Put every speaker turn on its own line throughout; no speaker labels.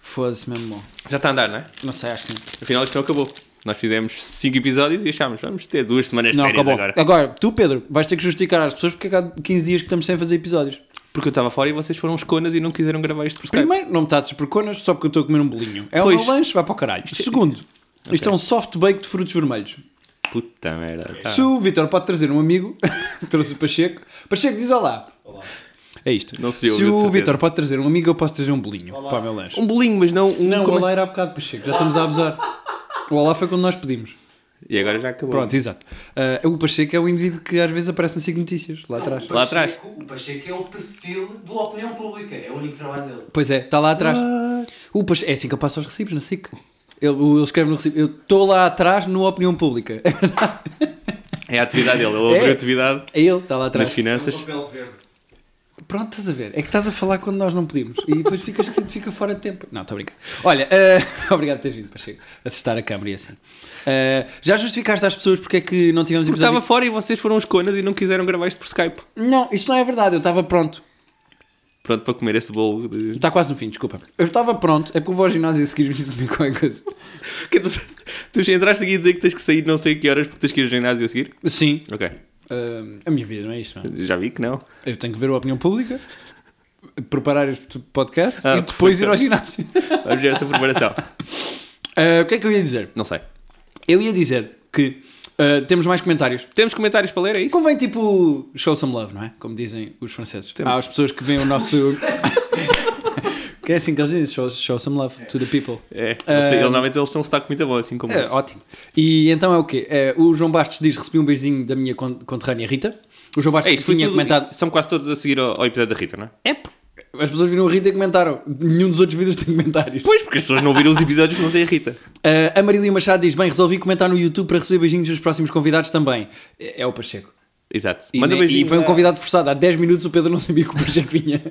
Foda-se mesmo bom.
Já está a andar, não é?
Não sei, acho que sim.
Afinal, isto não acabou. Nós fizemos 5 episódios e achámos, vamos ter duas semanas de
Não,
férias
acabou. É
agora.
Agora. tu, Pedro, vais ter que justificar às pessoas porque é que há 15 dias que estamos sem fazer episódios.
Porque eu estava fora e vocês foram os conas e não quiseram gravar isto por Skype.
Primeiro, não me trates por conas só porque eu estou a comer um bolinho. É
Pois.
um lanche, vai para o caralho. Segundo, isto é um soft bake de frutos vermelhos.
Puta merda. Tá.
Se o Vitor pode trazer um amigo, trouxe o Pacheco. Pacheco, diz olá. É isto.
Não se ouve,
Se
de
o
certeza.
Vitor pode trazer um amigo, eu posso trazer um bolinho para o meu lanche.
Um bolinho, mas não um.
Não, o
como é-
olá era há bocado, Pacheco. Já estamos a abusar. O olá foi quando nós pedimos.
E agora já acabou.
Pronto, exato. Ah, o Pacheco é o indivíduo que às vezes aparece nas 5 notícias, lá atrás.
Lá atrás.
Pacheco- O Pacheco é o perfil do opinião pública. É o único trabalho dele.
Pois é, está lá atrás. O Pache- É assim que ele passa os recibos, na SIC. Ele, o- ele escreve no recibo. Eu estou lá atrás no Opinião Pública.
É a atividade dele. Ele abriu
É.
atividade
É ele, está lá atrás.
nas finanças.
Papel verde.
Pronto, estás a ver. É que estás a falar quando nós não pedimos. E depois ficas que fica fora de tempo. Não, estou a brincar. Olha, eh, obrigado por teres vindo, Pacheco. Assustar a câmara e assim. Eh, já justificaste às pessoas porque é que não tivemos
Porque
episódio?
estava fora e vocês foram os conas e não quiseram gravar isto por Skype.
Não, isso não é verdade. Eu estava pronto.
Pronto para comer esse bolo de.
Está quase no fim, desculpa. Eu estava pronto. É porque eu vou ao ginásio e seguir-me comigo qualquer coisa.
Que tu, tu entraste aqui a dizer que tens que sair não sei a que horas porque tens que ir ao ginásio a seguir?
Sim.
Ok.
eh, a minha vida não é isto, não.
Já vi que não.
Eu tenho que ver a opinião pública, preparar este podcast
Ah,
e depois ir ao ginásio.
Vamos ver essa preparação.
Ah, o que é que eu ia dizer?
Não sei.
Eu ia dizer que ah, temos mais comentários.
Temos comentários para ler, é isso?
Convém tipo show some love, não é? Como dizem os franceses. Há as pessoas que veem o nosso. que é assim que eles dizem: show, show some love to the people.
É. Eles têm-
Ah.
normalmente eles têm um sotaque muito bom, assim como
É,
esse.
ótimo. E então é o quê? É, o João Bastos diz: recebi um beijinho da minha con- conterrânea Rita. O João
É
Bastos
isto, foi
tinha
tudo,
comentado.
São quase todos a seguir ao, ao episódio da Rita, não é?
É, pô, as pessoas viram a Rita e comentaram. Nenhum dos outros vídeos tem comentários.
Pois, porque as pessoas não viram os episódios que não têm a Rita.
Uh, a Marília Machado diz: Bem, resolvi comentar no YouTube para receber beijinhos dos próximos convidados também. É é o Pacheco.
Exato.
E,
Manda
ne-
beijinho. é.
e foi um
lá.
convidado forçado. Há 10 minutos o Pedro não sabia que o Pacheco vinha.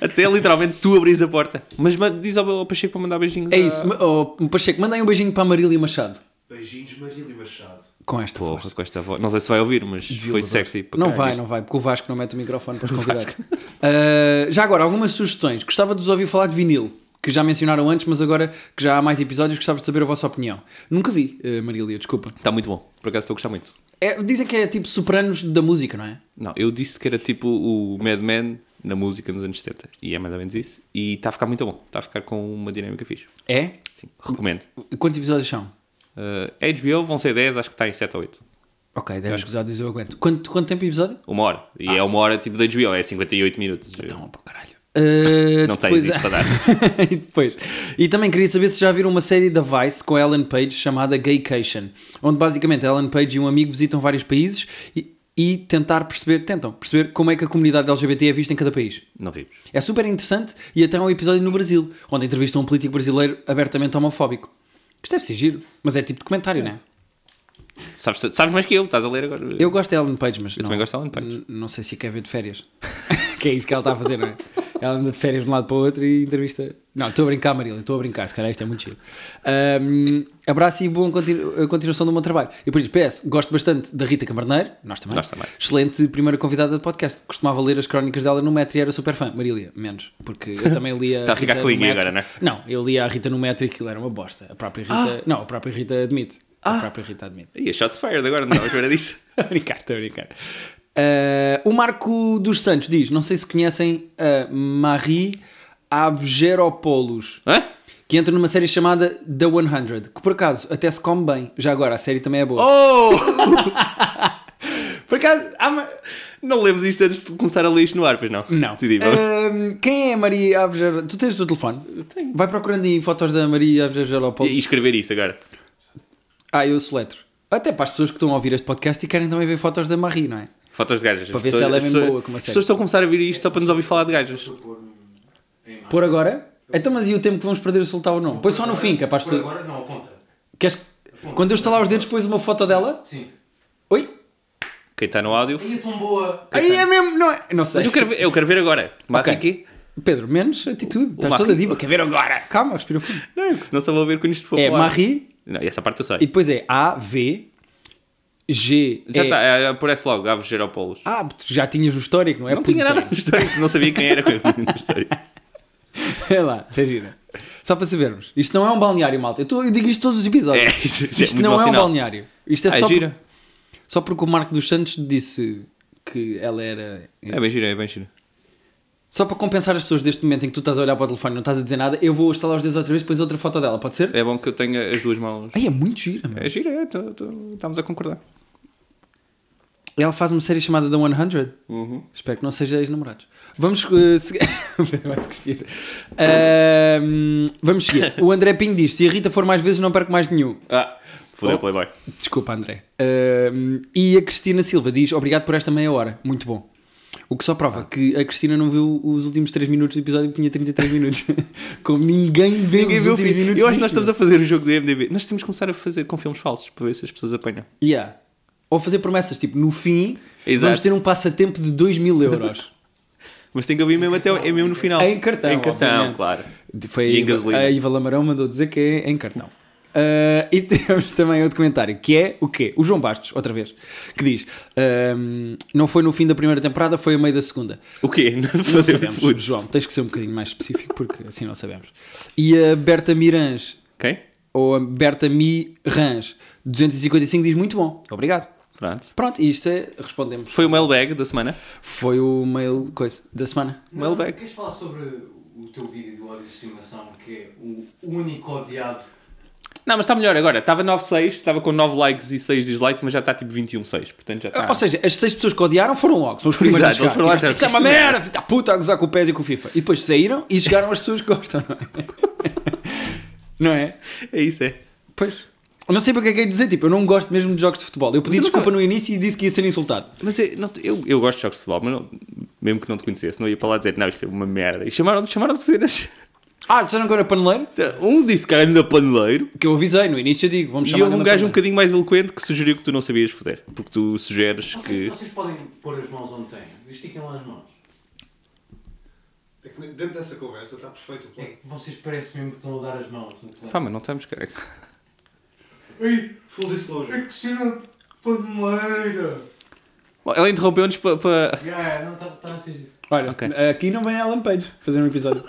Até literalmente tu abris a porta. Mas ma- diz ao, ao Pacheco para mandar beijinhos.
É
à-
isso. ma- oh, Pacheco, mandem um beijinho para a Marília Machado.
Beijinhos, Marília Machado.
Com esta
Porra,
voz.
com esta voz. Não sei se vai ouvir, mas foi sexy. para
Não
caralho
vai,
isto.
não vai, porque o Vasco não mete o microfone para os convidados. Uh, já agora, algumas sugestões. Gostava de vos ouvir falar de vinil, que já mencionaram antes, mas agora que já há mais episódios, gostava de saber a vossa opinião. Nunca vi, uh, Marília, desculpa.
Está Tá muito bom. Por acaso estou a gostar muito.
É, dizem que é tipo sopranos da música, não é?
Não, eu disse que era tipo o Mad Men na música nos anos 70. E é mais ou menos isso. E está a ficar muito bom. Está a ficar com uma dinâmica fixe.
É?
Sim, recomendo.
Quantos episódios são?
Uh, HBO vão ser 10, acho que está em 7 ou 8.
Ok, 10 episódios eu aguento. Quanto, quanto tempo episódio?
Uma hora. E é uma hora tipo da HBO, é 58 minutos.
Não, pá, Então, caralho.
não tens isto para dar.
Ah, e depois. E também queria saber se já viram uma série da Vice com a Ellen Page chamada Gaycation, onde basicamente a Ellen Page e um amigo visitam vários países e, e tentar perceber, tentam perceber como é que a comunidade LGBT é vista em cada país.
Não vimos.
É super interessante e até há um episódio no Brasil, onde entrevistam um político brasileiro abertamente homofóbico. Isto deve ser giro, mas é tipo de comentário, não é?
Sabes, sabes mais que eu, estás a ler agora.
Eu gosto de Ellen Page, mas. Eu
também gosto de Ellen Page.
Não sei se a quer ver de férias. que é isso que ela está a fazer, não é? Ela anda de férias de um lado para o outro e entrevista. Não, estou a brincar, Marília, estou a brincar, se calhar isto é muito giro. Ahm, abraço e boa continu- a continuação do meu trabalho. E por isso, PS, gosto bastante da Rita Camarneiro, nós também.
Nós também.
Excelente primeira convidada do podcast. Costumava ler as crónicas dela no Metro e era super fã. Marília, menos, porque eu também lia.
Está a ficar
Rita
clean
no Metro.
agora, não é? Ah!
Não, eu lia a Rita no Metro e aquilo era uma bosta. A própria Rita. Não, a própria Rita admite. A própria Rita admite.
E a shots fired agora, não estavas a ver disto.
Estou a brincar, estou a brincar. Eh, o Marco dos Santos diz: Não sei se conhecem a Marie Avgeropoulos,
Hã?
que entra numa série chamada The 100, que por acaso até se come bem. Já agora, a série também é boa.
Oh!
Por acaso, há uma-
Não lemos isto antes de começar a ler isto no ar, pois não?
Não.
Decidi, vamos.
Ehm, quem é a Maria Avger... Tu tens o teu telefone?
tenho.
Vai procurando aí fotos da Maria Avgeropoulos.
E escrever isso agora.
Ah, eu soletro. Até para as pessoas que estão a ouvir este podcast e querem também ver fotos da Marie, não é?
Fotos de gajas.
Para
As
ver se ela é
as
mesmo
pessoas-
boa, como a
As
série.
pessoas estão a começar a vir isto só para nos ouvir falar de gajas.
Por agora? Então, mas e o tempo que vamos perder a soltar o nome? Pois só no fim, que é para as
Por
pessoas.
agora não, aponta.
Queres... Quando eu estalar os dedos, pôs uma foto dela?
Sim.
Oi?
Quem
tá
está no áudio.
Aí é tão boa.
Aí é mesmo, não é? Não sei.
Mas eu quero ver, eu quero ver agora. Marca aqui.
é? Pedro, menos atitude. Estás
Marie.
toda diva. Quer ver agora? Calma, respira fundo.
Não, porque senão só vou ver quando isto for
É
para o ar.
Marie
Não, essa parte eu sei.
e depois é A, V, G.
Já
E.
está, é, aparece logo, Aves Geropolos.
Ah, tu já tinhas o histórico, não é?
não tinha
Puta.
Ah, nada no histórico, não sabia quem era.
É lá, isso é gira. Só para sabermos. Isto não é um balneário, malta. Eu, tô- eu digo isto todos os episódios.
É, isso é
isto
muito
não
bom
é um
sinal.
balneário. Isto é
Ah, é
só, por-
gira.
só porque o Marco dos Santos disse que ela era.
É bem gira, é bem gira.
Só para compensar as pessoas deste momento em que tu estás a olhar para o telefone e não estás a dizer nada, eu vou estalar os dedos outra vez depois outra foto dela, pode ser?
É bom que eu tenha as duas mãos.
Ai, é muito gira, mano.
É gira, é, tô- tô- estamos a concordar.
Ela faz uma série chamada The 100.
Uhum.
Espero que não seja ex-namorados. Vamos eh, seguir. Vai-se cuspir. Ahm, vamos seguir. O André Pinho diz: se a Rita for mais vezes, não perco mais nenhum.
Ah, fodeu
Oh.
Playboy.
Desculpa, André. Ahm, e a Cristina Silva diz: Obrigado por esta meia hora. Muito bom. O que só prova que a Cristina não viu os últimos 3 minutos do episódio que tinha 33 minutos. Como ninguém vê
Ninguém
os
viu o
últimos
filme.
minutos.
Eu acho que nós
disto.
estamos a fazer o jogo do MDB. Nós temos que começar a fazer com filmes falsos para ver se as pessoas apanham.
Yeah. Ou fazer promessas, tipo, no fim,
Exato.
vamos ter um passatempo de 2 mil euros.
Mas tem que ouvir mesmo até é mesmo no final.
Em cartão,
Em cartão,
obviamente.
claro.
Foi a
E em
Iva-
gasolina.
a Iva Lamarão mandou dizer que é em cartão. Ah, e temos também outro comentário que é o quê? O João Bastos, outra vez, que diz: ahm, Não foi no fim da primeira temporada, foi a meio da segunda.
O quê? Não
Não
fazer
sabemos,
foods.
João, tens que ser um bocadinho mais específico porque assim não sabemos. E a Berta Mirans,
Quem?
ou a Berta Mirans, 255 diz muito bom, obrigado.
Pronto.
Pronto, e isto é, respondemos.
Foi o mailbag da semana.
Foi o mail coisa da semana.
Não,
Mailbag.
Queres falar sobre o teu vídeo do ódio de estimação, que é o único odiado?
Não, mas está melhor agora. Estava 9-6, estava com 9 likes e 6 dislikes, mas já está tipo 21-6. Portanto já está.
Ou seja, as seis pessoas que odiaram foram logo, são os primeiros
Exato,
a chegar.
eles foram lá
Tipo,
dizer,
Isso é uma
"Isto é
merda, filho da puta, a gozar com o PES e com o FIFA. E depois saíram e chegaram as pessoas que gostam, não é? Não é?
é isso, é.
Pois. Eu não sei para o que é que é dizer, tipo, eu não gosto mesmo de jogos de futebol. Eu pedi
Mas eu
desculpa
nunca-
no início e disse que ia ser insultado.
Mas é- não te- eu, eu gosto de jogos de futebol, mas não- mesmo que não te conhecesse, não ia para lá dizer, não, isto é uma merda. E chamaram-te chamaram cenas.
Ah, disseram que eu era paneleiro?
Um disse que ainda paneleiro.
Que eu avisei, no início eu digo, vamos
E
chamar
houve um
ainda
gajo um
paneleiro.
bocadinho mais eloquente que sugeriu que tu não sabias foder. Porque tu sugeres que.
Vocês, vocês podem pôr as mãos onde têm, estiquem lá as mãos.
É que dentro dessa conversa está perfeito o plano.
É que vocês parecem mesmo que estão a dar as mãos no plano.
Tá
Pá, mas não estamos, caralho.
Ei,
Full disclosure.
ei, Cristina, paneleira!
Bom, Ela interrompeu-nos para. Pa...
Yeah, não, está tá a ser.
Olha,
Ok.
aqui não vem Alan Page fazer um episódio.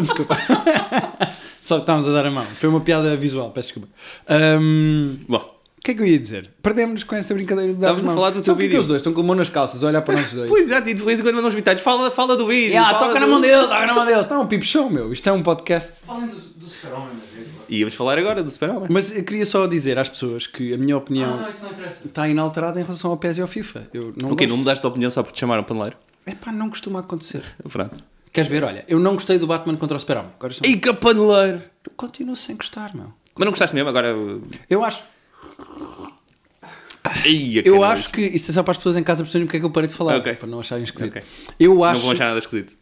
desculpa. Só que estávamos a dar a mão. Foi uma piada visual, peço desculpa. Ahm,
Bom,
O que é que eu ia dizer? Perdemos com esta brincadeira de dar
Estávamos
as
a
mãos.
falar do teu
Sabe o que é que
vídeo.
os dois estão com a mão nas calças a olhar para nós dois.
pois é, e de vez em quando mandam os vitais. Fala, fala do vídeo.
Ah,
fala
toca na
do-
mão dele, toca na mão dele. Isto não é um pipo show, meu. Isto é um podcast.
Falem do, do super-homem, mas é igual.
E íamos falar agora do Super-Homem.
Mas eu queria só dizer às pessoas que a minha
Ah,
opinião
não, isso não interessa.
está inalterada em relação ao PES e ao FIFA. Eu não
O quê? Não
gosto.
mudaste de opinião só porque te chamaram paneleiro?
Epá, não costuma acontecer.
Pronto.
Queres ver? Olha, eu não gostei do Batman contra o Super-Homem. Agora só-
E que paneleiro!
Continuo sem gostar, meu.
Mas não gostaste mesmo agora.
Eu acho.
Ai, a
Ah, Eu
caralho.
acho que. Isto é só para as pessoas em casa perceberem porque é que eu parei de falar.
Ok.
Para não acharem esquisito.
Ok.
Eu
Não
acho.
vou achar nada esquisito.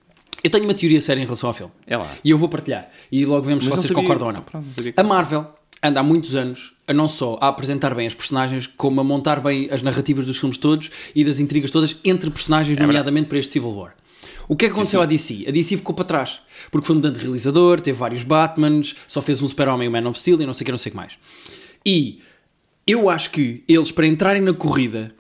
Eu tenho uma teoria séria em relação ao filme.
É lá.
E eu vou partilhar. E logo vemos
Mas não
se vocês
sabia-
concordam ou não.
Pronto, não sabia que-
A Marvel anda há muitos anos a não só a apresentar bem as personagens, como a montar bem as narrativas dos filmes todos e das intrigas todas entre
É
personagens, nomeadamente para este Civil War. O que é que aconteceu à DC? A DC ficou para trás, porque foi mudando de realizador, teve vários Batmans, só fez um Super-Homem e um Man of Steel e não sei o que, não sei o que mais. E eu acho que eles, para entrarem na corrida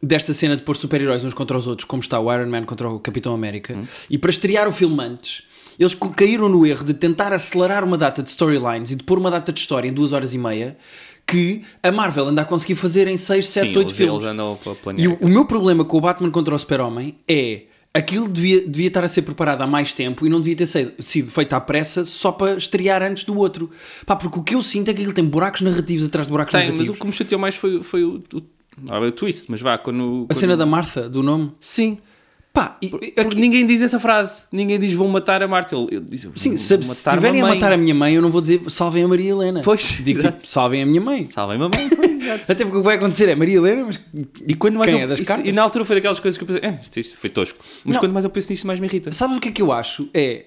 desta cena de pôr super-heróis uns contra os outros, como está o Iron Man contra o Capitão América,
Hum?
e para estrear o filme antes, eles co- caíram no erro de tentar acelerar uma data de storylines e de pôr uma data de história em duas horas e meia que a Marvel anda a conseguir fazer em 6, 7,
Sim,
8
eles, eles
é filmes.
andam a planear.
E o, o meu problema com o Batman contra o Super-Homem é aquilo devia, devia estar a ser preparado há mais tempo e não devia ter sei- sido feito à pressa só para estrear antes do outro. Pá, porque o que eu sinto é que aquilo tem buracos narrativos atrás de buracos
Tem, mas
narrativos.
o que me chateou mais foi, foi o, o- não é o twist, mas vá, quando.
A cena da Martha, do nome.
Sim.
Pá, e- e-
Porque
aqui-
ninguém diz essa frase. Ninguém diz vão matar a Marta. Ele- ele diz,
sim, se,
"Vou
se
matar uma
tiverem a
mãe."
matar a minha mãe, eu não vou dizer salvem a Maria Helena.
Pois,
Digo
exato.
tipo, salvem a minha mãe.
Salvem a mãe. pois, exato.
Até porque o que vai acontecer é Maria Helena, mas
E quando mais
Quem
eu-
é das
isso-
cartas?
E na altura foi daquelas coisas que eu pensei, "Eh, isto, isto foi tosco. Mas
Não.
quando mais eu penso nisto, mais me irrita.
Sabes o que é que eu acho? É.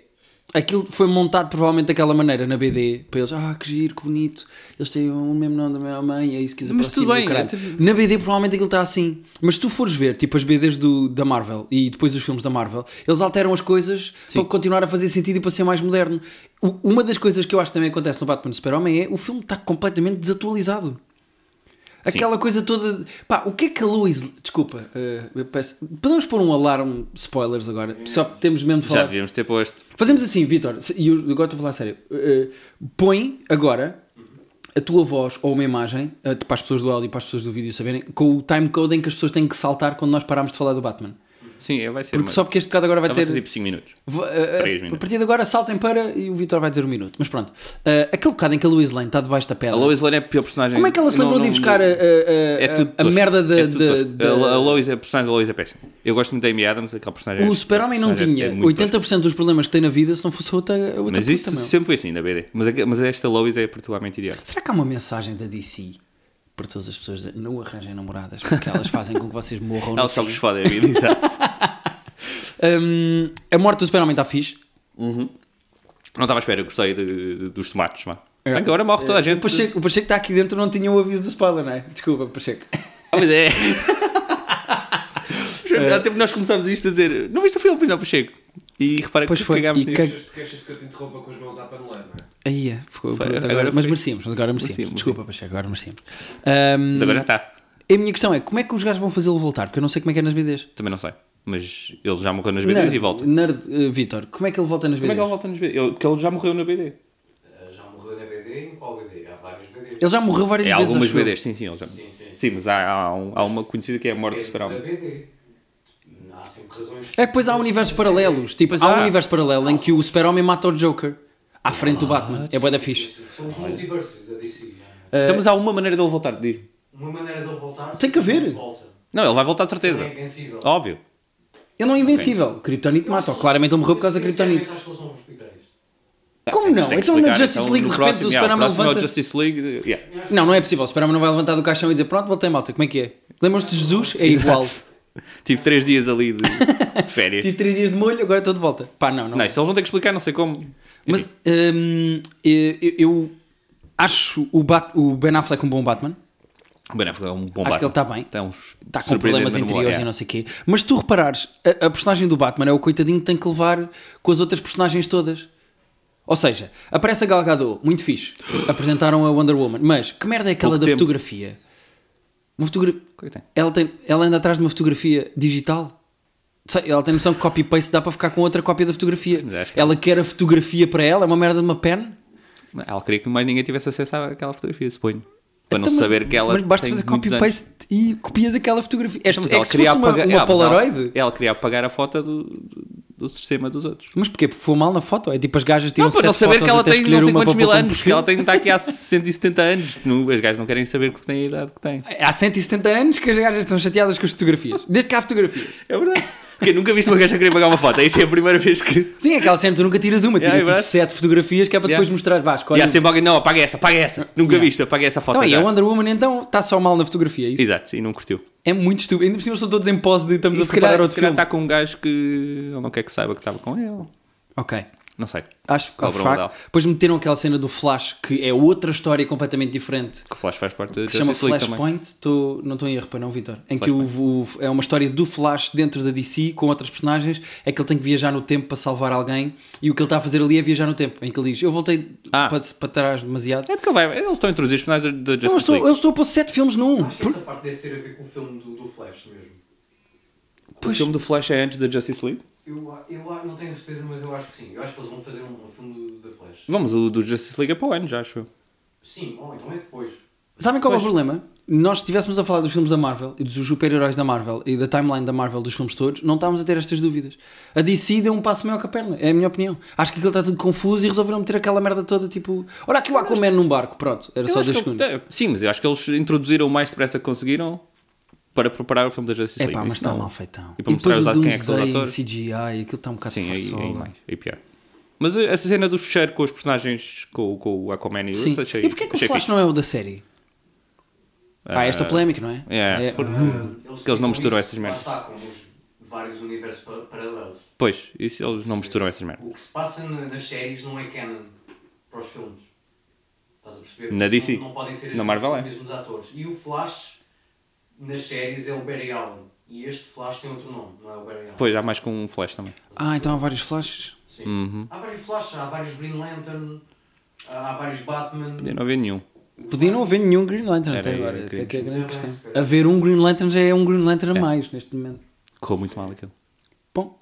Aquilo foi montado provavelmente daquela maneira na BD para eles, ah, que giro, que bonito, eles têm o mesmo nome da minha mãe, é isso que eles
Mas tudo
aproximam,
bem,
o caralho."
é, tipo-
Na BD provavelmente aquilo está assim. Mas se tu fores ver, tipo, as BDs do- da Marvel e depois os filmes da Marvel, eles alteram as coisas para continuar a fazer sentido e para ser mais moderno. O- uma das coisas que eu acho que também acontece no Batman Super-Homem é o filme está completamente desatualizado. Aquela coisa toda. Pá, o que é que a Louise. Desculpa, eh, eu peço. Podemos pôr um alarme spoilers agora? Só que temos mesmo de
Já
falar.
devíamos ter posto.
Fazemos assim, Vitor, se- e eu agora estou a falar a sério. Eh, põe agora a tua voz ou uma imagem eh, para as pessoas do áudio e para as pessoas do vídeo saberem com o timecode em que as pessoas têm que saltar quando nós pararmos de falar do Batman.
Sim, é, vai ser.
Porque só porque este bocado agora vai
vai ter...
ter.
tipo 5 minutos.
Va- eh,
Três
a
minutos.
partir de agora saltem para e o Vitor vai dizer um minuto. Mas pronto, Eh, aquele bocado em que a Louise Lane está debaixo da
A
pedra.
Lois Lane é a pior personagem.
Como é que ela se
Não,
lembrou de ir
não-
buscar a, a- a-
É tudo
a
tosco.
merda da-
É tudo
da-
tosco.
da-
A, a Lois, a personagem da Lois é péssima. Eu gosto muito da Amy Adams, aquele personagem.
O super-homem não
personagem
tinha
é muito
80% dos problemas que tem na vida se não fosse outra, outra
Mas isso
puta, meu.
sempre foi assim na BD. Mas, a- mas esta Lois é particularmente idiota.
Será que há uma mensagem da DC para todas as pessoas dizerem, não arranjem namoradas porque elas fazem com que vocês morram? no
Ela só
fim"?
vos fode a vida, exato.
Hum, a morte do super-homem está fixe.
Não estava à espera, eu gostei de- de- dos tomates, mano.
É.
Agora morre toda a
O
gente.
Pacheco, o Pacheco está aqui dentro não tinha o aviso do spoiler, não é? Desculpa, Pacheco.
Ah, mas é. Há tempo tipo, nós começámos isto a dizer: não viste o filme, não, Pacheco? E repara
Pois
que
foi,
cagámos
e
nisso.
ca-
Queixas- Queixas que eu te interrompa com as mãos à paneleira, não é?
Aí é, ficou
Foi,
pronto,
agora
agora- mas
foi.
merecíamos, agora merecíamos.
Merecíamos,
Desculpa, Pacheco, agora merecíamos.
Mas
Hum,
agora já tá. está.
A minha questão é, como é que os gajos vão fazê-lo voltar? Porque eu não sei como é que é nas BDs.
Também não sei. Mas ele já morreu nas BDs e volta.
Nerd, eh, Vitor, como é que ele volta nas BDs?
Como é que ele volta nas BDs? Ele- Porque ele já morreu na BD.
Ah, Já morreu na BD? Qual BD? Há várias BDs.
Ele já morreu várias
É
vezes.
algumas
acho eu.
BDs, sim, sim, ele já
Sim, sim, sim.
Sim, mas há, há, um- há uma conhecida que é a morte do
É da
Eh,
super-homem.
BD. Há sempre razões.
É, pois há universos paralelos. Tipo,
Pois
há, um
há.
universo paralelo em que o super-homem mata o Joker
Ah,
à frente do Batman. É bué da fixe. Eh,
São os multiversos da DC. não é?
Então, mas há uma maneira dele voltar, diz.
Uma maneira de ele voltar.
Tem que haver.
Volta.
Não, ele vai voltar de
Ele
certeza.
é invencível.
Óbvio.
Ele não é invencível. Kryptonite mata-o. Claramente ele morreu por causa da
Sinceramente,
Kryptonite.
Acho que eles não vão explicar isto.
Como
Tem-
não?
tem que
Então na
explicar,
Justice League,
no
de repente, o
próximo, yeah,
Superman
próximo é
levanta-se.
Justice League, yeah.
Não, não é possível. O super-homem não vai levantar do caixão e dizer pronto, voltei malta. Como é que é? Lembram-se de Jesus? É igual.
Tive 3 dias ali de, de férias.
Tive três dias de molho, agora estou de volta. Pá, não, não.
Não, isso eles vão ter que explicar, não sei como.
Mas hum, eu, eu- eu acho o, Bat- o Ben Affleck um bom Batman.
O Ben Affleck é um bom
Acho que ele está
Batman.
bem.
Tem uns
Está Tá com
surpreendente
problemas
manual,
interiores
é.
e não sei o quê. Mas se tu reparares, a, a personagem do Batman é o coitadinho que tem que levar com as outras personagens todas. Ou seja, aparece a Gal Gadot, muito fixe. Apresentaram a Wonder Woman. Mas que merda é aquela
Pouco
da
tempo.
fotografia? Uma fotogra-
O que é que tem?
Ela, tem... Ela anda atrás de uma fotografia digital. Sei, Ela tem noção que copy-paste dá para ficar com outra cópia da fotografia.
Mas acho que-
Ela quer a fotografia para ela, é uma merda de uma pen.
Mas Ela queria que mais ninguém tivesse acesso àquela fotografia, suponho. Para não
Então, mas-
saber que ela.
Mas basta
tem
fazer
muitos anos.
copy-paste e copias aquela fotografia. É,
Então, mas
é que se fosse uma,
apagar-
uma
Ah, mas
Polaroid...
Ela, ela queria apagar a foto do, do- do sistema dos outros.
Mas porquê? Porque foi mal na foto? É tipo as gajas tiram
Não, para não
sete
saber
fotos
que ela
até
tem
escolher
não sei
uma
quantos
para
mil
pôr como
anos, que
perfil.
ela tem de estar aqui há 170 anos. Não, as gajas não querem saber que tem a idade que tem.
É, Há 170 anos que as gajas estão chateadas com as fotografias. Desde que há fotografias.
É verdade. Porque eu nunca viste uma gaja querer pagar uma foto. Isso é a primeira vez que.
Sim, é aquela cena, tu nunca tiras uma, tiras
Yeah, é
tipo
verdade.
7 fotografias que é para
Yeah.
depois mostrar, vá, escolhe.
E há
uma.
sempre alguém, não, apaga essa, apaga essa. Nunca
Yeah.
viste, apaga essa foto.
Então, e
já.
a Wonder Woman então está só mal na fotografia, é isso?
Exato, e não curtiu.
É muito estúpido. Ainda por cima estão todos em pose de estamos
E
a
se calhar,
separar outro
se calhar
filme.
está com um gajo que ele não quer que saiba que estava com ele.
Ok.
Não sei.
Acho que é
Qual o problema
fraco. Depois meteram aquela cena do Flash, que é outra história completamente diferente.
Que o Flash faz parte da
Que se chama
Justice League também.
Flashpoint, tô- não estou em erro, pois não, Vitor? Em que o, o- é uma história do Flash dentro da DC com outras personagens, é que ele tem que viajar no tempo para salvar alguém e o que ele está a fazer ali é viajar no tempo. Em que ele diz: Eu voltei
Ah.
para, para trás demasiado.
É porque ele vai, eles estão a introduzir os personagens
Não,
da da
eu
Justice
estou,
League.
eu estou a pôr sete filmes
Ah,
num.
Acho que essa parte deve ter a ver com o filme do, do Flash mesmo.
O filme do Flash é antes da Justice League?
Eu, a- eu a- não tenho certeza, mas eu acho que sim. Eu acho que eles vão fazer um, um filme do, da Flash.
Vamos, o do Justice League é para o ano, já acho eu.
Sim, bom, então é depois.
Sabem qual é o problema? Nós estivéssemos a falar dos filmes da Marvel e dos super-heróis da Marvel e da timeline da Marvel dos filmes todos, não estávamos a ter estas dúvidas. A DC deu um passo maior que a perna, é a minha opinião. Acho que aquilo está tudo confuso e resolveram meter aquela merda toda tipo. Olha aqui o Aquaman num barco, pronto, era
Eu
só
acho
dois
que ele-
segundos.
Sim, mas eu acho que eles introduziram o mais depressa que conseguiram para preparar o filme da
É
Justice League.
pá, mas
Isso
está
não.
mal feitão.
E para mostrar
depois
os
o
atos quem é que são os
Doomsday em
atores.
CGI, aquilo está um bocado
Sim, aí, aí,
farsola.
mais, aí pior. Mas eh, essa cena do fechar com os personagens, com, com o Aquaman e o
Sim.
resto, achei
E porquê que o
achei
Flash
fixe.
não é o da série? Ah, esta polémica, não é?
é,
É,
por-
Eles
Porque eles não
ficam
misturam
isso.
estas merdas.
Lá está, com os vários universos pa- paralelos.
Pois, isso eles não misturam essas merdas.
O que se passa na- nas séries não é canon para os filmes. Estás a perceber?
Na
Porque senão
DC.
Não podem ser
Na
os
Marvel é.
mesmos atores. E o Flash nas séries é o Barry Allen. E este Flash tem outro nome, não é o Barry Allen.
Pois, há mais com um Flash também.
Ah, então há vários flashes.
Sim.
Uhum.
Há vários Flash, há vários Green Lantern, há vários Batman.
Eu não vi nenhum.
Podia não haver nenhum Green Lantern
Era
até
aí,
agora.
era
Essa é que é a grande questão.
Era.
Haver um Green Lantern já é um Green Lantern a mais neste momento.
Correu muito mal aquilo.
Bom,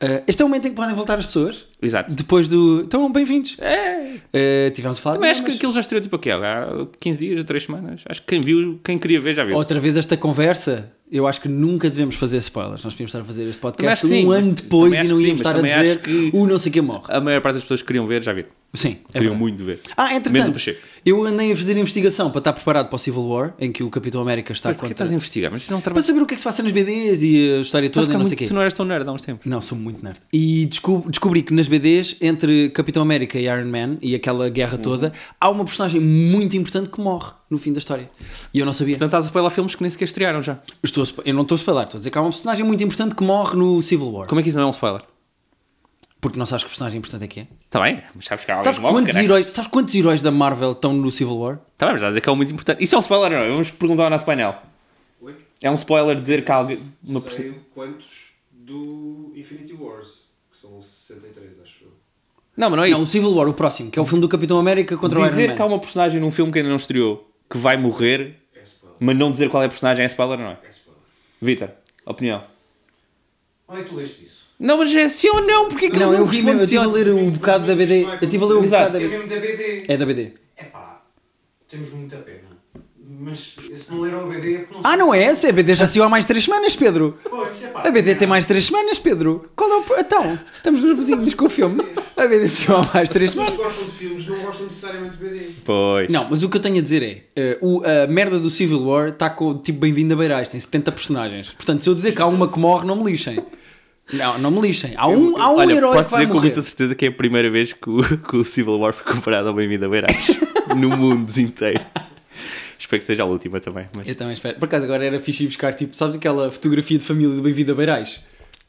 eh, este é o momento em que podem voltar as pessoas.
Exato. É.
Depois do. Então, bem-vindos. Eh, tivemos a falar
Também
de
acho que
memes.
aquilo já estreou tipo aqui, há 15 dias, 3 semanas. Acho que quem viu, quem queria ver, já viu.
Outra vez esta conversa, eu acho que nunca devemos fazer spoilers. Nós podíamos estar a fazer este
Também acho
podcast
que sim,
um ano
mas-
depois
também
e
acho
não
que sim,
íamos
mas
estar a
também
dizer
acho que-
o não sei quem morre.
A maior parte das pessoas que queriam ver, já viram.
Sim. é
queriam
verdade.
muito ver. Tá,
Ah,
Menos o
entretanto,
Pacheco.
eu andei a fazer investigação para estar preparado para o Civil War, em que o Capitão América está
Mas porquê
contra...
estás a investigar? Mas isso não é um
Para
trabalho.
saber o que é que se passa nas BDs e a história toda
Estás a
e
ficar
não sei o
muito-
quê.
Tu não eras tão nerd há uns tempos.
Não, sou muito nerd. E descob- descobri que nas BDs, entre Capitão América e Iron Man e aquela guerra
Uhum.
toda, há uma personagem muito importante que morre no fim da história. E eu não sabia.
Portanto, estás a spoiler filmes que nem sequer estrearam já.
Estou a spo- eu não estou a spoiler, estou a dizer que há uma personagem muito importante que morre no Civil War.
Como é que isso não é um spoiler?
Porque não sabes que personagem importante é que é.
Está bem, mas sabes que há
Sabes
alguém mal,
quantos,
caralho.
heróis, sabes quantos heróis da Marvel estão no Civil War?
Está bem, mas estás a dizer que é um muito importante. Isto é um spoiler ou não? Vamos perguntar ao nosso painel.
Oi?
É um spoiler dizer que há alguém... Uma pessoa-
Sei quantos do Infinity Wars, que são 63, acho eu.
Não, mas não é
Não, o
isso. Hum.
Civil War, o próximo, que é o filme do Capitão América contra o Iron
dizer
Man.
que há um uma personagem num filme que ainda não estreou que vai morrer,
É spoiler.
mas não dizer qual é a personagem é spoiler ou não é?
É spoiler.
Vitor, opinião.
Onde é que tu leste isso?
Não, mas é sim ou não? Porque é que
Não,
não
eu vi mesmo, eu
responde sim
estive a
ou não?
ler um bocado da BD. Eu estive a ler um
Exato.
bocado da
Isso é
BD.
mesmo da BD.
É da BD.
É pá, temos muita pena. Mas se não leram o BD é porque não
Ah, não é essa? A BD já saiu há mais 3 semanas, Pedro.
Pois, é pá.
A BD tem mais 3 semanas, Pedro. Qual é o. pro- Então, estamos nervosinhos com o filme. A BD saiu há mais 3
Mas
semanas.
gostam de filmes, não gostam necessariamente de BD.
Pois.
Não, mas o que eu tenho a dizer é: eh, o- a merda do Civil War está com tipo bem-vindo a Beirais, tem 70 personagens. Portanto, se eu dizer que há uma que morre, não me lixem. Não, não me lixem. Há um, há um
Olha,
herói
posso
que vai
dizer com
morrer.
muita certeza que é a primeira vez que o, que o Civil War foi comparado ao Bem-vindo a Beirais no mundo inteiro. Espero que seja a última também. mas-
Eu também espero. Por acaso, agora era fixe ir buscar, tipo, sabes aquela fotografia de família do Bem-vindo a Beirais?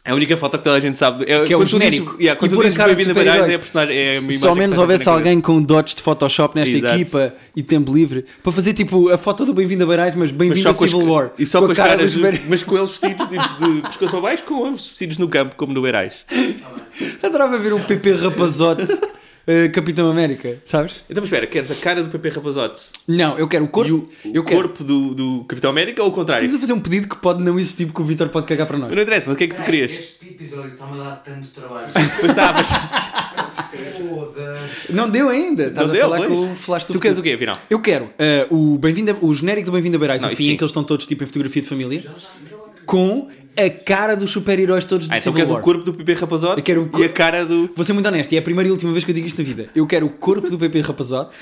É a única foto que toda a gente sabe. É,
Que é o
quando tu
genérico.
Dizes, yeah,
e
quando tu
pôr
dizes
a cara de
Bem-vindo a Beirais é a
super-herói.
personagem. É a
Se
imagem
só
que
menos
está na
houvesse
tua cabeça.
alguém com dots de Photoshop nesta
Exato.
equipa e tempo livre para fazer tipo a foto do Bem-vindo a Beirais, mas
Mas
bem-vindo
só
a
com as-
Civil War.
E só com,
a
as caras,
dos Beirais.
mas com eles vestidos de, de pescoço para baixo, com ambos vestidos no campo, como no Beirais.
Adorava ver um PP rapazote eh, Capitão América, sabes?
Então, mas espera, queres a cara do PP Rapazote
Não, eu quero o
e
corpo.
o, o
eu quero.
corpo do, do Capitão América ou o contrário?
Estamos a fazer um pedido que pode não existir porque o Vitor pode cagar para nós.
Não interessa, mas o que é que tu
Peraí,
querias?
Este episódio está-me a dar tanto trabalho.
Pois está, mas
Foda-se.
Não deu ainda. Estás
não
a
deu,
falar
pois.
com o Flash do
Tu queres o
futuro.
quê, afinal?
Eu quero eh, o, bem-vindo a- o genérico do Bem-vindo a Beirais,
Não,
no
isso
fim,
sim.
em que eles estão todos tipo em fotografia de família, com a cara dos super-heróis todos do
Ah, então
Civil
queres o
War.
corpo do PP Rapazote
Eu quero o
e a
corpo-
cara do.
Vou ser muito honesto, e é a primeira e última vez que eu digo isto na vida. Eu quero o corpo do PP Rapazote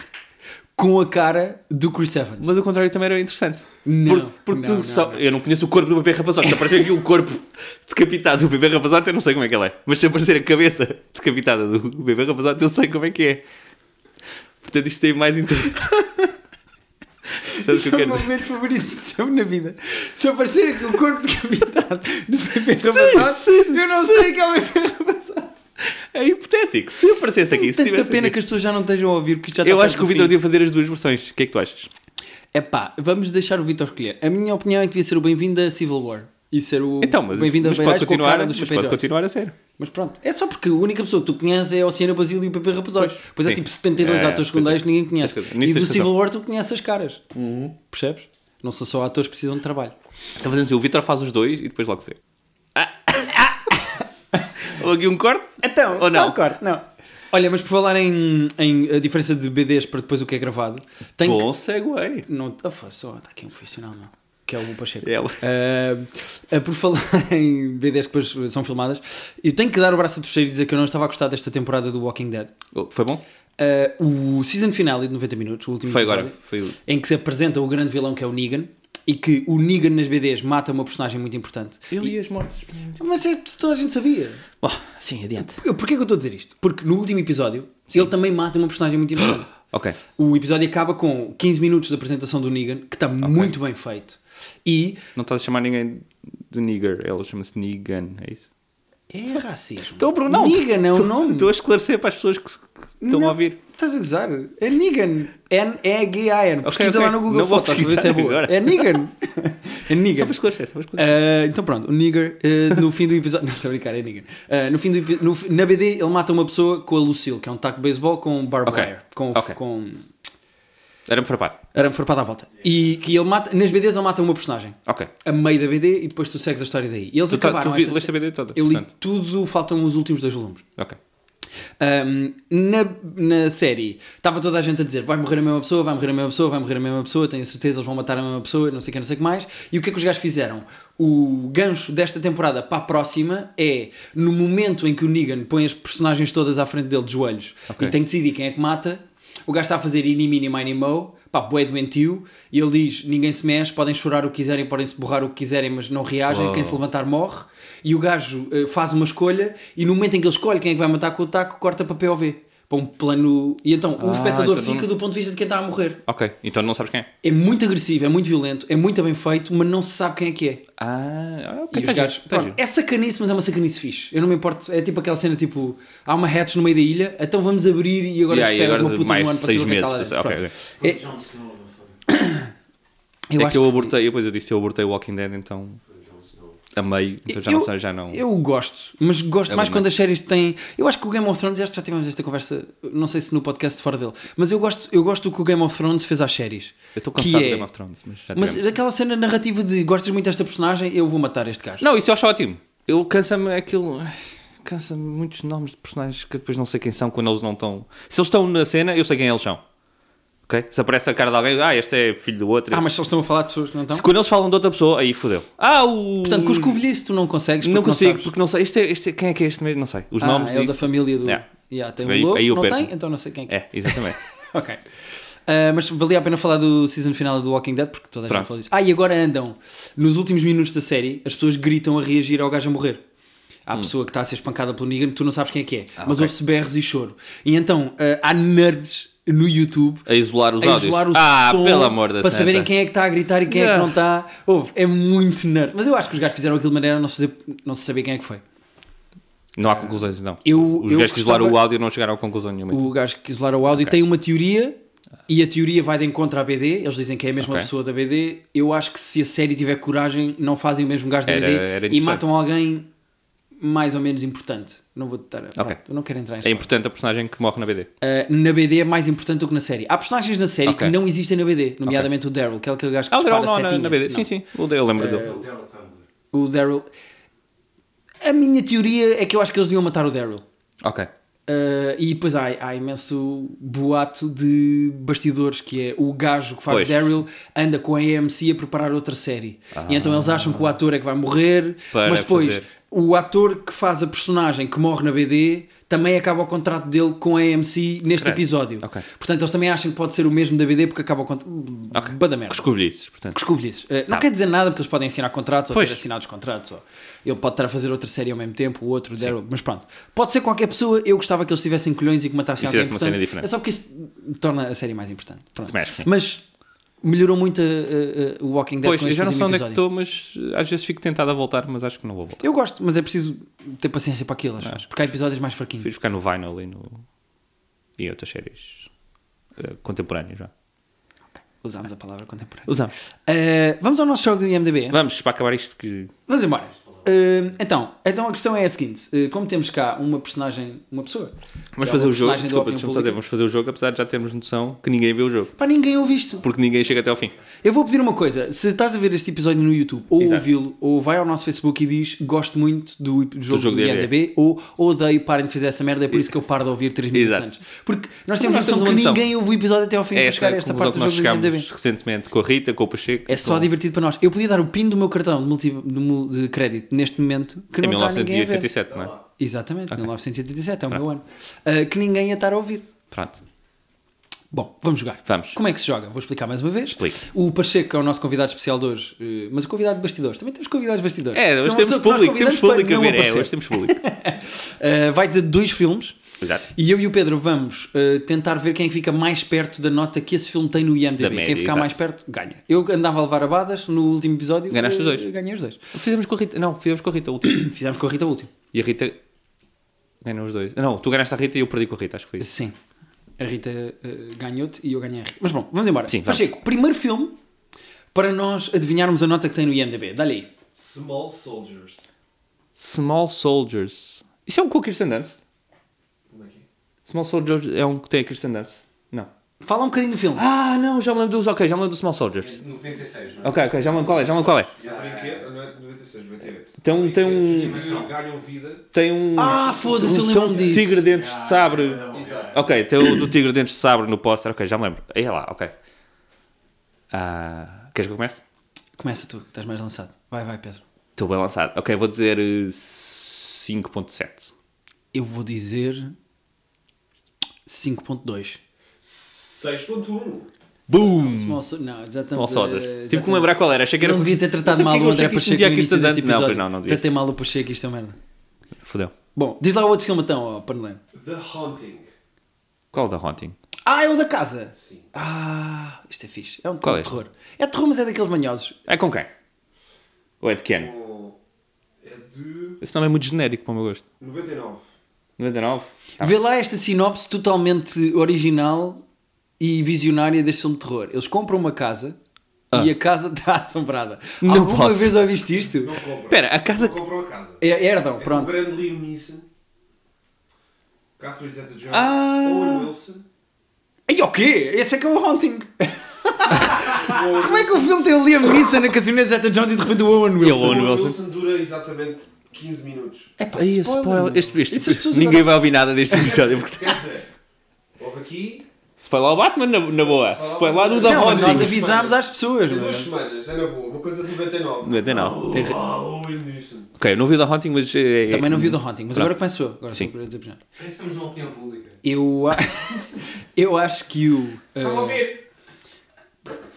com a cara do Chris Evans.
Mas o contrário também era interessante.
Não,
Por- porque tu
não, não,
só.
não.
Eu não conheço o corpo do PP Rapazote. Se aparecer aqui o corpo decapitado do PP Rapazote, eu não sei como é que ela é. Mas se aparecer a cabeça decapitada do PP Rapazote, eu sei como é que é. Portanto, isto tem mais interesse. Sabes o que eu
é o meu
quero dizer?
momento favorito sempre na vida. Se aparecer aqui o corpo decapitado do PP Rapazote,
sim,
eu não sei que é o PP Rapazote.
É hipotético. Se aparecesse aqui,
Tenho
se
Hum, tanta
tivesse
pena
aqui-
que as pessoas já não estejam a ouvir, porque isto já está
Eu acho
perto
que o
do
Vitor
fim.
devia fazer as duas versões. O que é que tu achas?
Epá, vamos deixar o Vitor escolher. A minha opinião é que devia ser o bem-vindo a Civil War. E ser o
Então, mas,
bem-vindo a
mas pode
Beirais com a
continuar,
cara dos
mas pode
super-heróis.
continuar a ser.
Mas pronto, é só porque a única pessoa que tu conheces é a Oceana Basílio e o Pepe Rapazote. Pois, é
sim.
tipo 72
É,
atores
pois é.
secundários que ninguém conhece.
Tens razão. Uhum. Nisso
E do
tens
Civil
razão.
War tu conheces as caras. Percebes? Não são só atores que precisam de trabalho.
Então fazemos assim, o Vitor faz os dois e depois logo se vê. Ah, ah. Ou aqui um corte?
Então,
Ou não?
qual corte? Não. Olha, mas por falar em, em a diferença de BDs para depois o que é gravado, tem
Bom segue.
que. Não, ah, foi só, está aqui um profissional, não. Que é o Pacheco.
É.
Ah, ah, por falar em BDs que depois são filmadas, eu tenho que dar o braço a torcer e dizer que eu não estava a gostar desta temporada do Walking Dead.
Oh, Foi bom?
Ah, o season finale de 90 minutos, o último
Foi
episódio,
agora. Foi...
em que se apresenta o grande vilão que é o Negan e que o Negan nas BDs mata uma personagem muito importante.
Eu li as mortes.
Mas é que toda a gente sabia.
Bom, Oh, sim, adiante.
Eu- Porquê que eu estou a dizer isto? Porque no último episódio ele também mata uma personagem muito importante.
Ok.
o episódio acaba com 15 minutos da apresentação do Negan, que está muito bem feito. E
Não estás a chamar ninguém de nigger. Ela chama-se Negan, é isso?
é racismo.
Estou a perguntar.
Negan é o
Então, Estou-
nome.
Estou a esclarecer para as pessoas que se- que estão
Não,
a ouvir.
Estás a gozar? É Negan. N-E-G-A-N.
Ok,
Pesquisa
ok.
lá no Google
Não vou
Fotos para ver se é
pesquisar
boa.
agora.
É Negan. É
Só
Negan.
para esclarecer, só para esclarecer.
Ah, então pronto, o Nigger ah, no fim do episódio. Não, estou a brincar, é Nigger. Ah, no fim do epi- no fi- Na BD ele mata uma pessoa um com a Lucille, que é um taco de beisebol com barbed
Ok,
wire. Com,
ok.
com
Era-me farpado.
Arame farpado à volta. E que ele mata, nas BDs ele mata uma personagem.
Ok.
A meio da BD e depois tu segues a história daí. E eles
Tu, tá,
acabaram
tu vi-
esta-
leste a BD toda?
Eu li
portanto.
tudo, faltam os últimos dois volumes.
Ok.
Um, na, na série estava toda a gente a dizer vai morrer a mesma pessoa, vai morrer a mesma pessoa, vai morrer a mesma pessoa, tenho certeza eles vão matar a mesma pessoa, não sei o que, não sei o que mais. E o que é que os gajos fizeram? O gancho desta temporada para a próxima é no momento em que o Negan põe as personagens todas à frente dele de joelhos
Ok.
e tem que decidir quem é que mata, o gajo está a fazer ini, mini, mini, mo, pá, bué doentio, e ele diz ninguém se mexe, podem chorar o que quiserem, podem se borrar o que quiserem, mas não reagem,
Uau.
quem se levantar morre e o gajo eh, faz uma escolha e no momento em que ele escolhe quem é que vai matar com o taco, corta para POV. Para um plano. E então o
Ah,
espectador
então
fica
não-
do ponto de vista de quem está a morrer.
Ok. Então não sabes quem é?
É muito agressivo, é muito violento, é muito bem feito, mas não se sabe quem é que é.
Ah,
E
ok.
os gajos- pronto, é sacanice, mas é uma sacanice fixe. Eu não me importo. É tipo aquela cena tipo: há uma hatch no meio da ilha, então vamos abrir e agora
Yeah, e
esperas
agora
uma puta de
mais
um ano para
seis
saber quem está lá
meses,
dentro.
ok,
Pronto.
Foi
É-
John Snow, não foi?
é
acho
que eu
foi-
abortei, depois eu disse eu abortei o Walking Dead, então
Foi John Snow.
a meio, então já não sei, já não.
Eu gosto, mas gosto
É
mais
bom,
quando
não é?
as séries têm. Eu acho que o Game of Thrones, acho que já tivemos esta conversa, não sei se no podcast fora dele, mas eu gosto, eu gosto do que o Game of Thrones fez às séries.
Eu estou
que
cansado
é-
do Game of Thrones, mas já
Mas
tivemos.
aquela cena narrativa de gostas muito desta personagem, eu vou matar este gajo.
Não, isso eu acho ótimo. Eu cansa-me aquilo. ai, Cansa-me muitos nomes de personagens que eu depois não sei quem são quando eles não estão. Se eles estão na cena, eu sei quem eles são. Ok? Se aparece a cara de alguém, ah, este é filho do outro.
Ah, mas se eles estão a falar de pessoas que não estão.
Se quando eles falam de outra pessoa, aí fodeu. Ah, o.
Portanto, com os covilhice tu não consegues.
Não
porque
consigo,
sabes.
porque não sei. Este, é- este, é- quem é que é este mesmo? Não sei. Os
ah,
nomes.
É o
e
da
isso.
família do.
Yeah.
Yeah, tem
Aí-
um lobo,
aí eu
não
perco.
tem, então não sei quem é. que
É, exatamente.
Ok. Ah, mas valia a pena falar do season final do Walking Dead porque toda a gente
Pronto.
falou disso. Ah, e agora andam. Nos últimos minutos da série, as pessoas gritam a reagir ao gajo a morrer. Há a pessoa que está a ser espancada pelo Negan, tu não sabes quem é que é, mas
Hum. Ah, ok.
ouve-se berros e choro. E então ah, há nerds no YouTube
a isolar os
a
áudios.
isolar o
ah,
som
pelo amor da
para saberem
santa.
quem é que está a gritar e quem é que
Yeah.
não está. Ouve, é muito nerd. Mas eu acho que os gajos fizeram aquilo de maneira a não se, fazer, não se saber quem é que foi.
Não há conclusões, não.
é. eu-
os
eu
gajos que isolaram
gostava-
o áudio não chegaram a conclusão nenhuma.
O gajo que isolar o áudio
Ok.
tem uma teoria e a teoria vai de encontro à BD. Eles dizem que é a mesma
Ok.
pessoa da BD. Eu acho que se a série tiver coragem, não fazem o mesmo gajo da
Era-
BD
era
e
interessante.
matam alguém mais ou menos importante. Não vou estar. pronto, eu não quero entrar em
É
spoiler.
importante a personagem que morre na BD.
Ah, na BD é mais importante do que na série. Há personagens na série
Ok.
que não existem na BD, nomeadamente o Daryl, que é aquele gajo que
Ah, o
dispara
Daryl não, na,
setinhas.
na BD.
Não.
Sim, sim. O Daryl lembro dele.
Ele deu o Tumblr.
O Daryl. A minha teoria é que eu acho que eles iam matar o Daryl.
Ok.
Uh, e depois há, há imenso boato de bastidores que é o gajo que faz
Pois.
Daryl anda com a AMC a preparar outra série e então eles acham que o ator é que vai morrer
Para
mas depois
fazer.
o ator que faz a personagem que morre na BD também acaba o contrato dele com a AMC neste
Credo.
episódio
Ok.
portanto eles também acham que pode ser o mesmo da BD porque acaba o contrato
Ok.
bada merda
Cuscovilhices, portanto.
Cuscovilhices. Uh, não
Tá.
quer dizer nada porque eles podem assinar contratos ou
Pois.
ter assinado os contratos. Ou... Ele pode estar a fazer outra série ao mesmo tempo, o outro, o Daryl, mas pronto. Pode ser qualquer pessoa. Eu gostava que eles tivessem colhões e que matassem
E
alguém
fizesse uma
importante.
cena diferente.
É só porque isso torna a série mais importante. Pronto.
Também acho que sim.
Mas melhorou muito a- a- a- o Walking Dead
Pois,
com
eu
este
já não sei
último
onde é que
episódio.
estou, mas eh, às vezes fico tentado a voltar, mas acho que não vou voltar.
Eu gosto, mas é preciso ter paciência para aquilo, acho.
Acho que
porque há episódios mais fraquinhos.
Prefiro ficar no Vinyl e, no... e outras séries eh, contemporâneas já.
Usámos a palavra contemporânea.
Usamos.
Uh, vamos ao nosso jogo do IMDB.
Vamos, para acabar isto que...
Vamos embora. Uh, então, então a questão é a seguinte: uh, como temos cá uma personagem, uma pessoa, que
Vamos
é
fazer
uma
o jogo,
personagem da
desculpa,
opinião
deixa-me só dizer,
pública.
vamos fazer o jogo apesar de já termos noção que ninguém vê o jogo.
Pá, ninguém ouve isto.
Porque ninguém chega até ao fim. É
Eu vou pedir uma coisa: se estás a ver este episódio no YouTube, ou
Exato.
ouvi-lo, ou vai ao nosso Facebook e diz gosto muito do, ip- jogo do,
jogo de
IMDB, ou odeio, parem de fazer essa merda, é por isso que eu paro de ouvir 3 minutos
Exato.
antes. Porque nós
Mas
temos a
nós
noção
temos
que
uma noção.
ninguém ouve o episódio até ao fim para
É esta
chegar
a
a esta
conclusão
parte
que
do
nós
jogo do
chegámos
IMDB.
recentemente com a Rita, com o Pacheco.
É só
com-
divertido para nós. Eu podia dar o pin do meu cartão de, multi- de mu- de crédito neste momento que
Em
não está ninguém a ver.
1987, não é?
Exatamente, 1987 é o meu ano. Ah, que ninguém ia estar a ouvir.
Pronto.
Bom, vamos jogar.
Vamos.
Como é que se joga? Vou explicar mais uma vez.
Explica.
O Pacheco é o nosso convidado especial de hoje, eh, mas o convidado de bastidores. Também temos convidados de bastidores.
É,
São
hoje
uma
temos
pessoa que nós
público, temos
convidamos para
público a
não
ver. É,
aparecer.
hoje temos público.
Eh, vai dizer dois filmes.
Exato.
E eu e o Pedro vamos eh, tentar ver quem é que fica mais perto da nota que esse filme tem no IMDb.
Da média,
quem ficar
exato.
mais perto ganha. Eu andava a levar abadas no último episódio.
Ganhaste os
eh,
dois.
Ganhei os dois.
Fizemos com a Rita, não, fizemos com a Rita o último.
Fizemos com a Rita o último.
E a Rita ganhou os dois. Não, tu ganhaste a Rita e eu perdi com a Rita, acho que foi isso.
Sim. A Rita eh, ganhou-te e eu ganhei a Rita. Mas bom, vamos embora.
Sim, vamos.
Pacheco, primeiro filme para nós adivinharmos a nota que tem no IMDb. Dá-lhe aí.
Small Soldiers.
Small Soldiers. Isso é um com a Kirsten Dunst?
Como é que é?
Small Soldiers é um que tem a Kirsten Dunst? Não.
Fala um bocadinho do filme.
Ah, não, já me lembro dos. Ok, já me lembro do Small
É
Soldiers.
de 96, não é?
Ok, ok, já me lembro qual é, já me lembro qual é.
Já,
Não
já, já.
é 96, 98.
Tem um- tem um-
Eles Ganham vida.
Tem um.
Ah, foda-se, eu
um-
lembro-me
tem um
disso.
Tigre dentro
Ah,
Já,
de sabre.
é
já, já.
Exato.
Ok, tem o do Tigre dentro de sabre no póster. Ok, já me lembro. Aí é lá, ok. Ah, queres que eu comece?
Começa tu, estás mais lançado. Vai, vai, Pedro.
Estou bem lançado. Ok, vou dizer eh, 5.7.
Eu vou dizer 5.2.
6.1.
Boom!
Small so- Não, já
Hum. Small
estamos a- já
Soldiers. Tive que
estamos-
me lembrar qual era. Achei que era
Não devia ter tratado
Não sei
mal
porque
o
é que eu
André
achei que isto
Pacheco
tinha
no
aqui
início deste
estudante. Não,
episódio.
pois não, não devia.
Tratei mal o Pacheco, isto é merda.
Fodeu.
Bom, diz lá o outro filme então, ó, para não lembro.
The Haunting.
Qual é o da Haunting?
Ah, é o da casa!
Sim.
Ah, isto é fixe. É um
Qual
de
é este?
terror. É terror, mas é daqueles manhosos.
É com quem? Ou é de que ano?
Com- É de
Esse nome é muito genérico para o meu gosto.
99.
99? Tá.
Vê lá esta sinopse totalmente original e visionária deste filme de terror. Eles compram uma casa
Ah.
e a casa está assombrada.
Não
Alguma
posso.
vez ouviste isto?
Não compram.
Espera, a casa-
Não compram a casa.
É- Herdam,
É
pronto.
O grande Liam Neeson. Catherine Zeta-Jones.
Ah.
Owen Wilson.
E o quê? Esse é que é o Haunting. Como é que o filme tem o Liam Neeson, a Catherine Zeta-Jones e de repente o Owen
E o
Wilson?
Owen
Owen
Wilson.
Wilson. dura exatamente 15 minutos.
É pá,
Ai, esse
spoiler,
spoiler.
mano.
Este, este-
Essas pessoas
ninguém
agora-
vai ouvir nada deste episódio. Porque...
Quer dizer, houve aqui
Spoiler o Batman na, na boa. Spoiler lá no da
Não, mas
Haunting.
nós é- avisámos às pessoas,
duas
mano.
semanas, é na boa, uma coisa de 99.
99. Tem-
Ah, Owen Wilson.
Ok, eu não vi o da Haunting, mas. eh,
Também não vi o The Haunting, mas
Pronto.
agora começo eu. Agora
Sim.
sou eu a dizer primeiro.
Parece que estamos numa opinião pública.
Eu, a- eu acho que o.
Estão a
eh,
ouvir?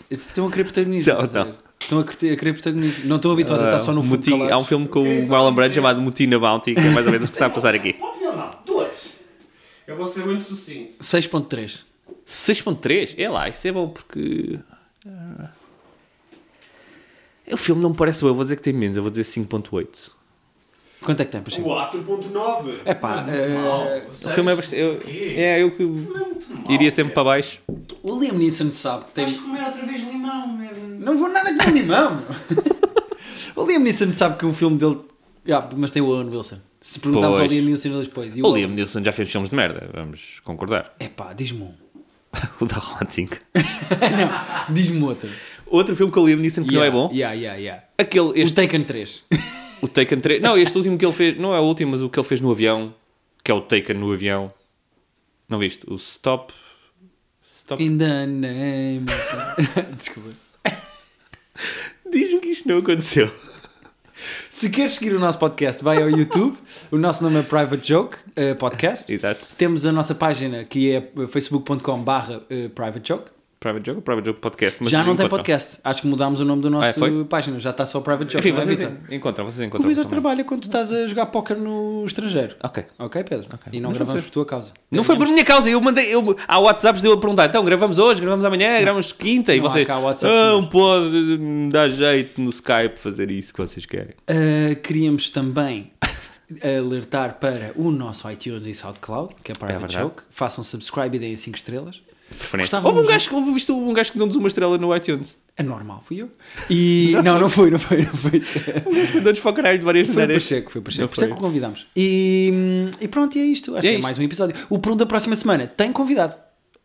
Estão a querer protagonismo.
Não,
estás a
não.
ver? Estão a querer, a querer protagonismo. um Não estão habituados a estar tá só no
Ah,
fundo.
Muti-
calados.
há um filme com
Eu
o
queria só
Marlon Brando
dizer-
chamado Mutina Bounty, que é mais ou menos o que está a passar aqui.
Uma opinião não, duas.
Eu vou ser muito sucinto.
6.3.
6.3? É lá, isso é bom porque. ah, O filme não me parece bom, eu vou dizer que tem menos, eu vou dizer 5.8.
Quanto é que tem, Pacheco?
4.9.
É pá,
Muito mal.
O filme é bastante. eu- é, eu que iria sempre para baixo.
o Liam Neeson sabe que tem.
Vais comer outra vez limão, mesmo.
Não vou nada com limão! o Liam Neeson sabe que o filme dele. Ah, mas tem o Owen Wilson. Se perguntarmos
Pois.
ao Liam Neeson ele depois. E
O Liam Neeson já fez filmes de merda, vamos concordar.
É pá, diz-me um.
O da Haunting.
não, diz-me outro.
Outro filme com o Liam Neeson que não é bom.
Yeah, yeah, yeah.
Aquele,
Este...
este,
O Taken 3.
o Taken 3. Não, este último que ele fez, não é o último, mas o que ele fez no avião, que é o Taken no avião. Não viste? O Stop. Stop.
In the name. of- é, Desculpa.
Diz-me que isto não aconteceu.
Se queres seguir o nosso podcast, vai ao YouTube. o nosso nome é Private Joke eh, Podcast.
Exato.
Temos a nossa página que é facebook.com/barra Private Joke.
Private Joke ou Private Joke Podcast? Mas
já não tem
encontram.
podcast. Acho que mudámos o nome do nosso
Ah, foi?
página. Já está só Private Joke.
Enfim,
não é,
vocês
Vitor?
encontram, vocês
O
encontram.
Vitor
também.
trabalha quando tu estás a jogar póquer no estrangeiro.
Ok.
Ok, Pedro?
Ok.
E não
Mas
gravamos
vocês-
por tua causa.
Não foi por minha causa, eu mandei. Eu, há WhatsApps deu a perguntar: então gravamos hoje, gravamos amanhã, gravamos quinta. e
Não há
vocês.
cá WhatsApps,
Não pode, me dá jeito no Skype fazer isso que vocês querem.
Ah, queríamos também alertar para o nosso iTunes e SoundCloud, que é Private
verdade.
Joke. Façam subscribe e deem 5 estrelas.
Preferência.
Gostávamos
Houve um,
de-
gajo, que- houve, visto, houve um gajo que deu-nos uma estrela no iTunes.
É normal, fui eu. E não, não foi, não foi, não foi.
Deu-nos para o caralho de várias
Foi o
maneiras.
Pacheco, foi o Pacheco.
Não
Por isso é
foi.
que o convidámos. E, e pronto, e é isto. Acho que
E é
é
isto.
mais um episódio. O Pronto da próxima semana tem convidado.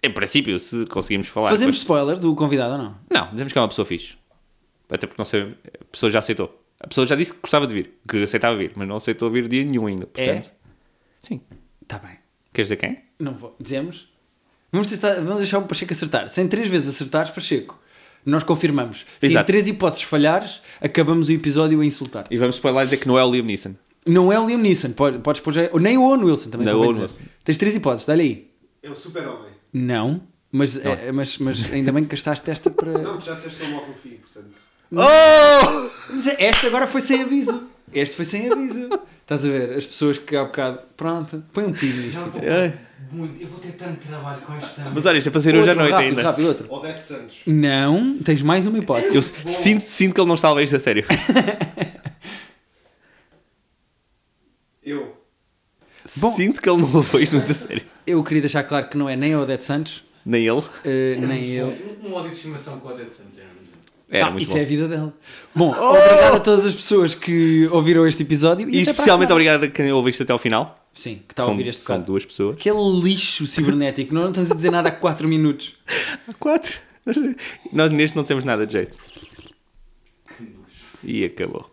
Em princípio, se conseguimos falar.
Fazemos spoiler do convidado ou não?
depois- Não, dizemos que é uma pessoa fixe. Até porque não sei, a pessoa já aceitou. A pessoa já disse que gostava de vir, que aceitava vir, mas não aceitou vir dia nenhum ainda. Portanto, É? Sim.
Tá bem.
Queres dizer quem?
Não vou. Dizemos. Vamos, testar- vamos deixar o Pacheco acertar. Se em três vezes acertares, Pacheco, nós confirmamos. Se em
Exato.
três hipóteses falhares, acabamos o episódio a insultar-te.
E vamos spoiler e dizer que não é o Liam Neeson.
Não é o Liam Neeson. Pode- Podes pôr já... ou Nem o Owen Wilson também.
Não, é
convém
Owen
dizer.
Wilson.
Tens três hipóteses. Dá-lhe aí.
É um super-homem.
Não. Mas, é- mas, mas ainda bem que gastaste esta para...
Não, tu já disseste que eu morro no fim, portanto.
Oh!
Mas é- esta agora foi sem aviso. Este foi sem aviso. Estás a ver? As pessoas que há bocado. Pronto, põe um pino
Já
nisto.
vou.
Ai.
Muito. Eu vou ter tanto trabalho com esta.
é- Mas olha, isto é para sair hoje à
Outro,
noite
rápido,
ainda.
rápido, outro.
Odete Santos.
Não, tens mais uma
Eu
hipótese.
s- sinto, sinto que ele não está a levar isto a sério.
Eu.
Bom.
Sinto que ele não levou isto muito a sério.
Eu queria deixar claro que não é nem a Odete Santos,
Nem ele.
eh,
Era
nem
muito
eu.
bom. Um, um ódio de estimação com a Dead Sands. era muito bom.
Era
Ah,
muito
isso
bom.
é a vida dela. Bom, obrigado a todas as pessoas que ouviram este episódio. E,
E
até para a
especialmente
semana.
obrigado a quem ouve isto até ao final.
Sim, que está a
são,
ouvir este
são
bocado.
duas pessoas.
Aquele lixo cibernético, nós não estamos a dizer nada há 4 minutos.
Há quatro. Nós neste não temos nada de jeito.
Que nojo.
E acabou.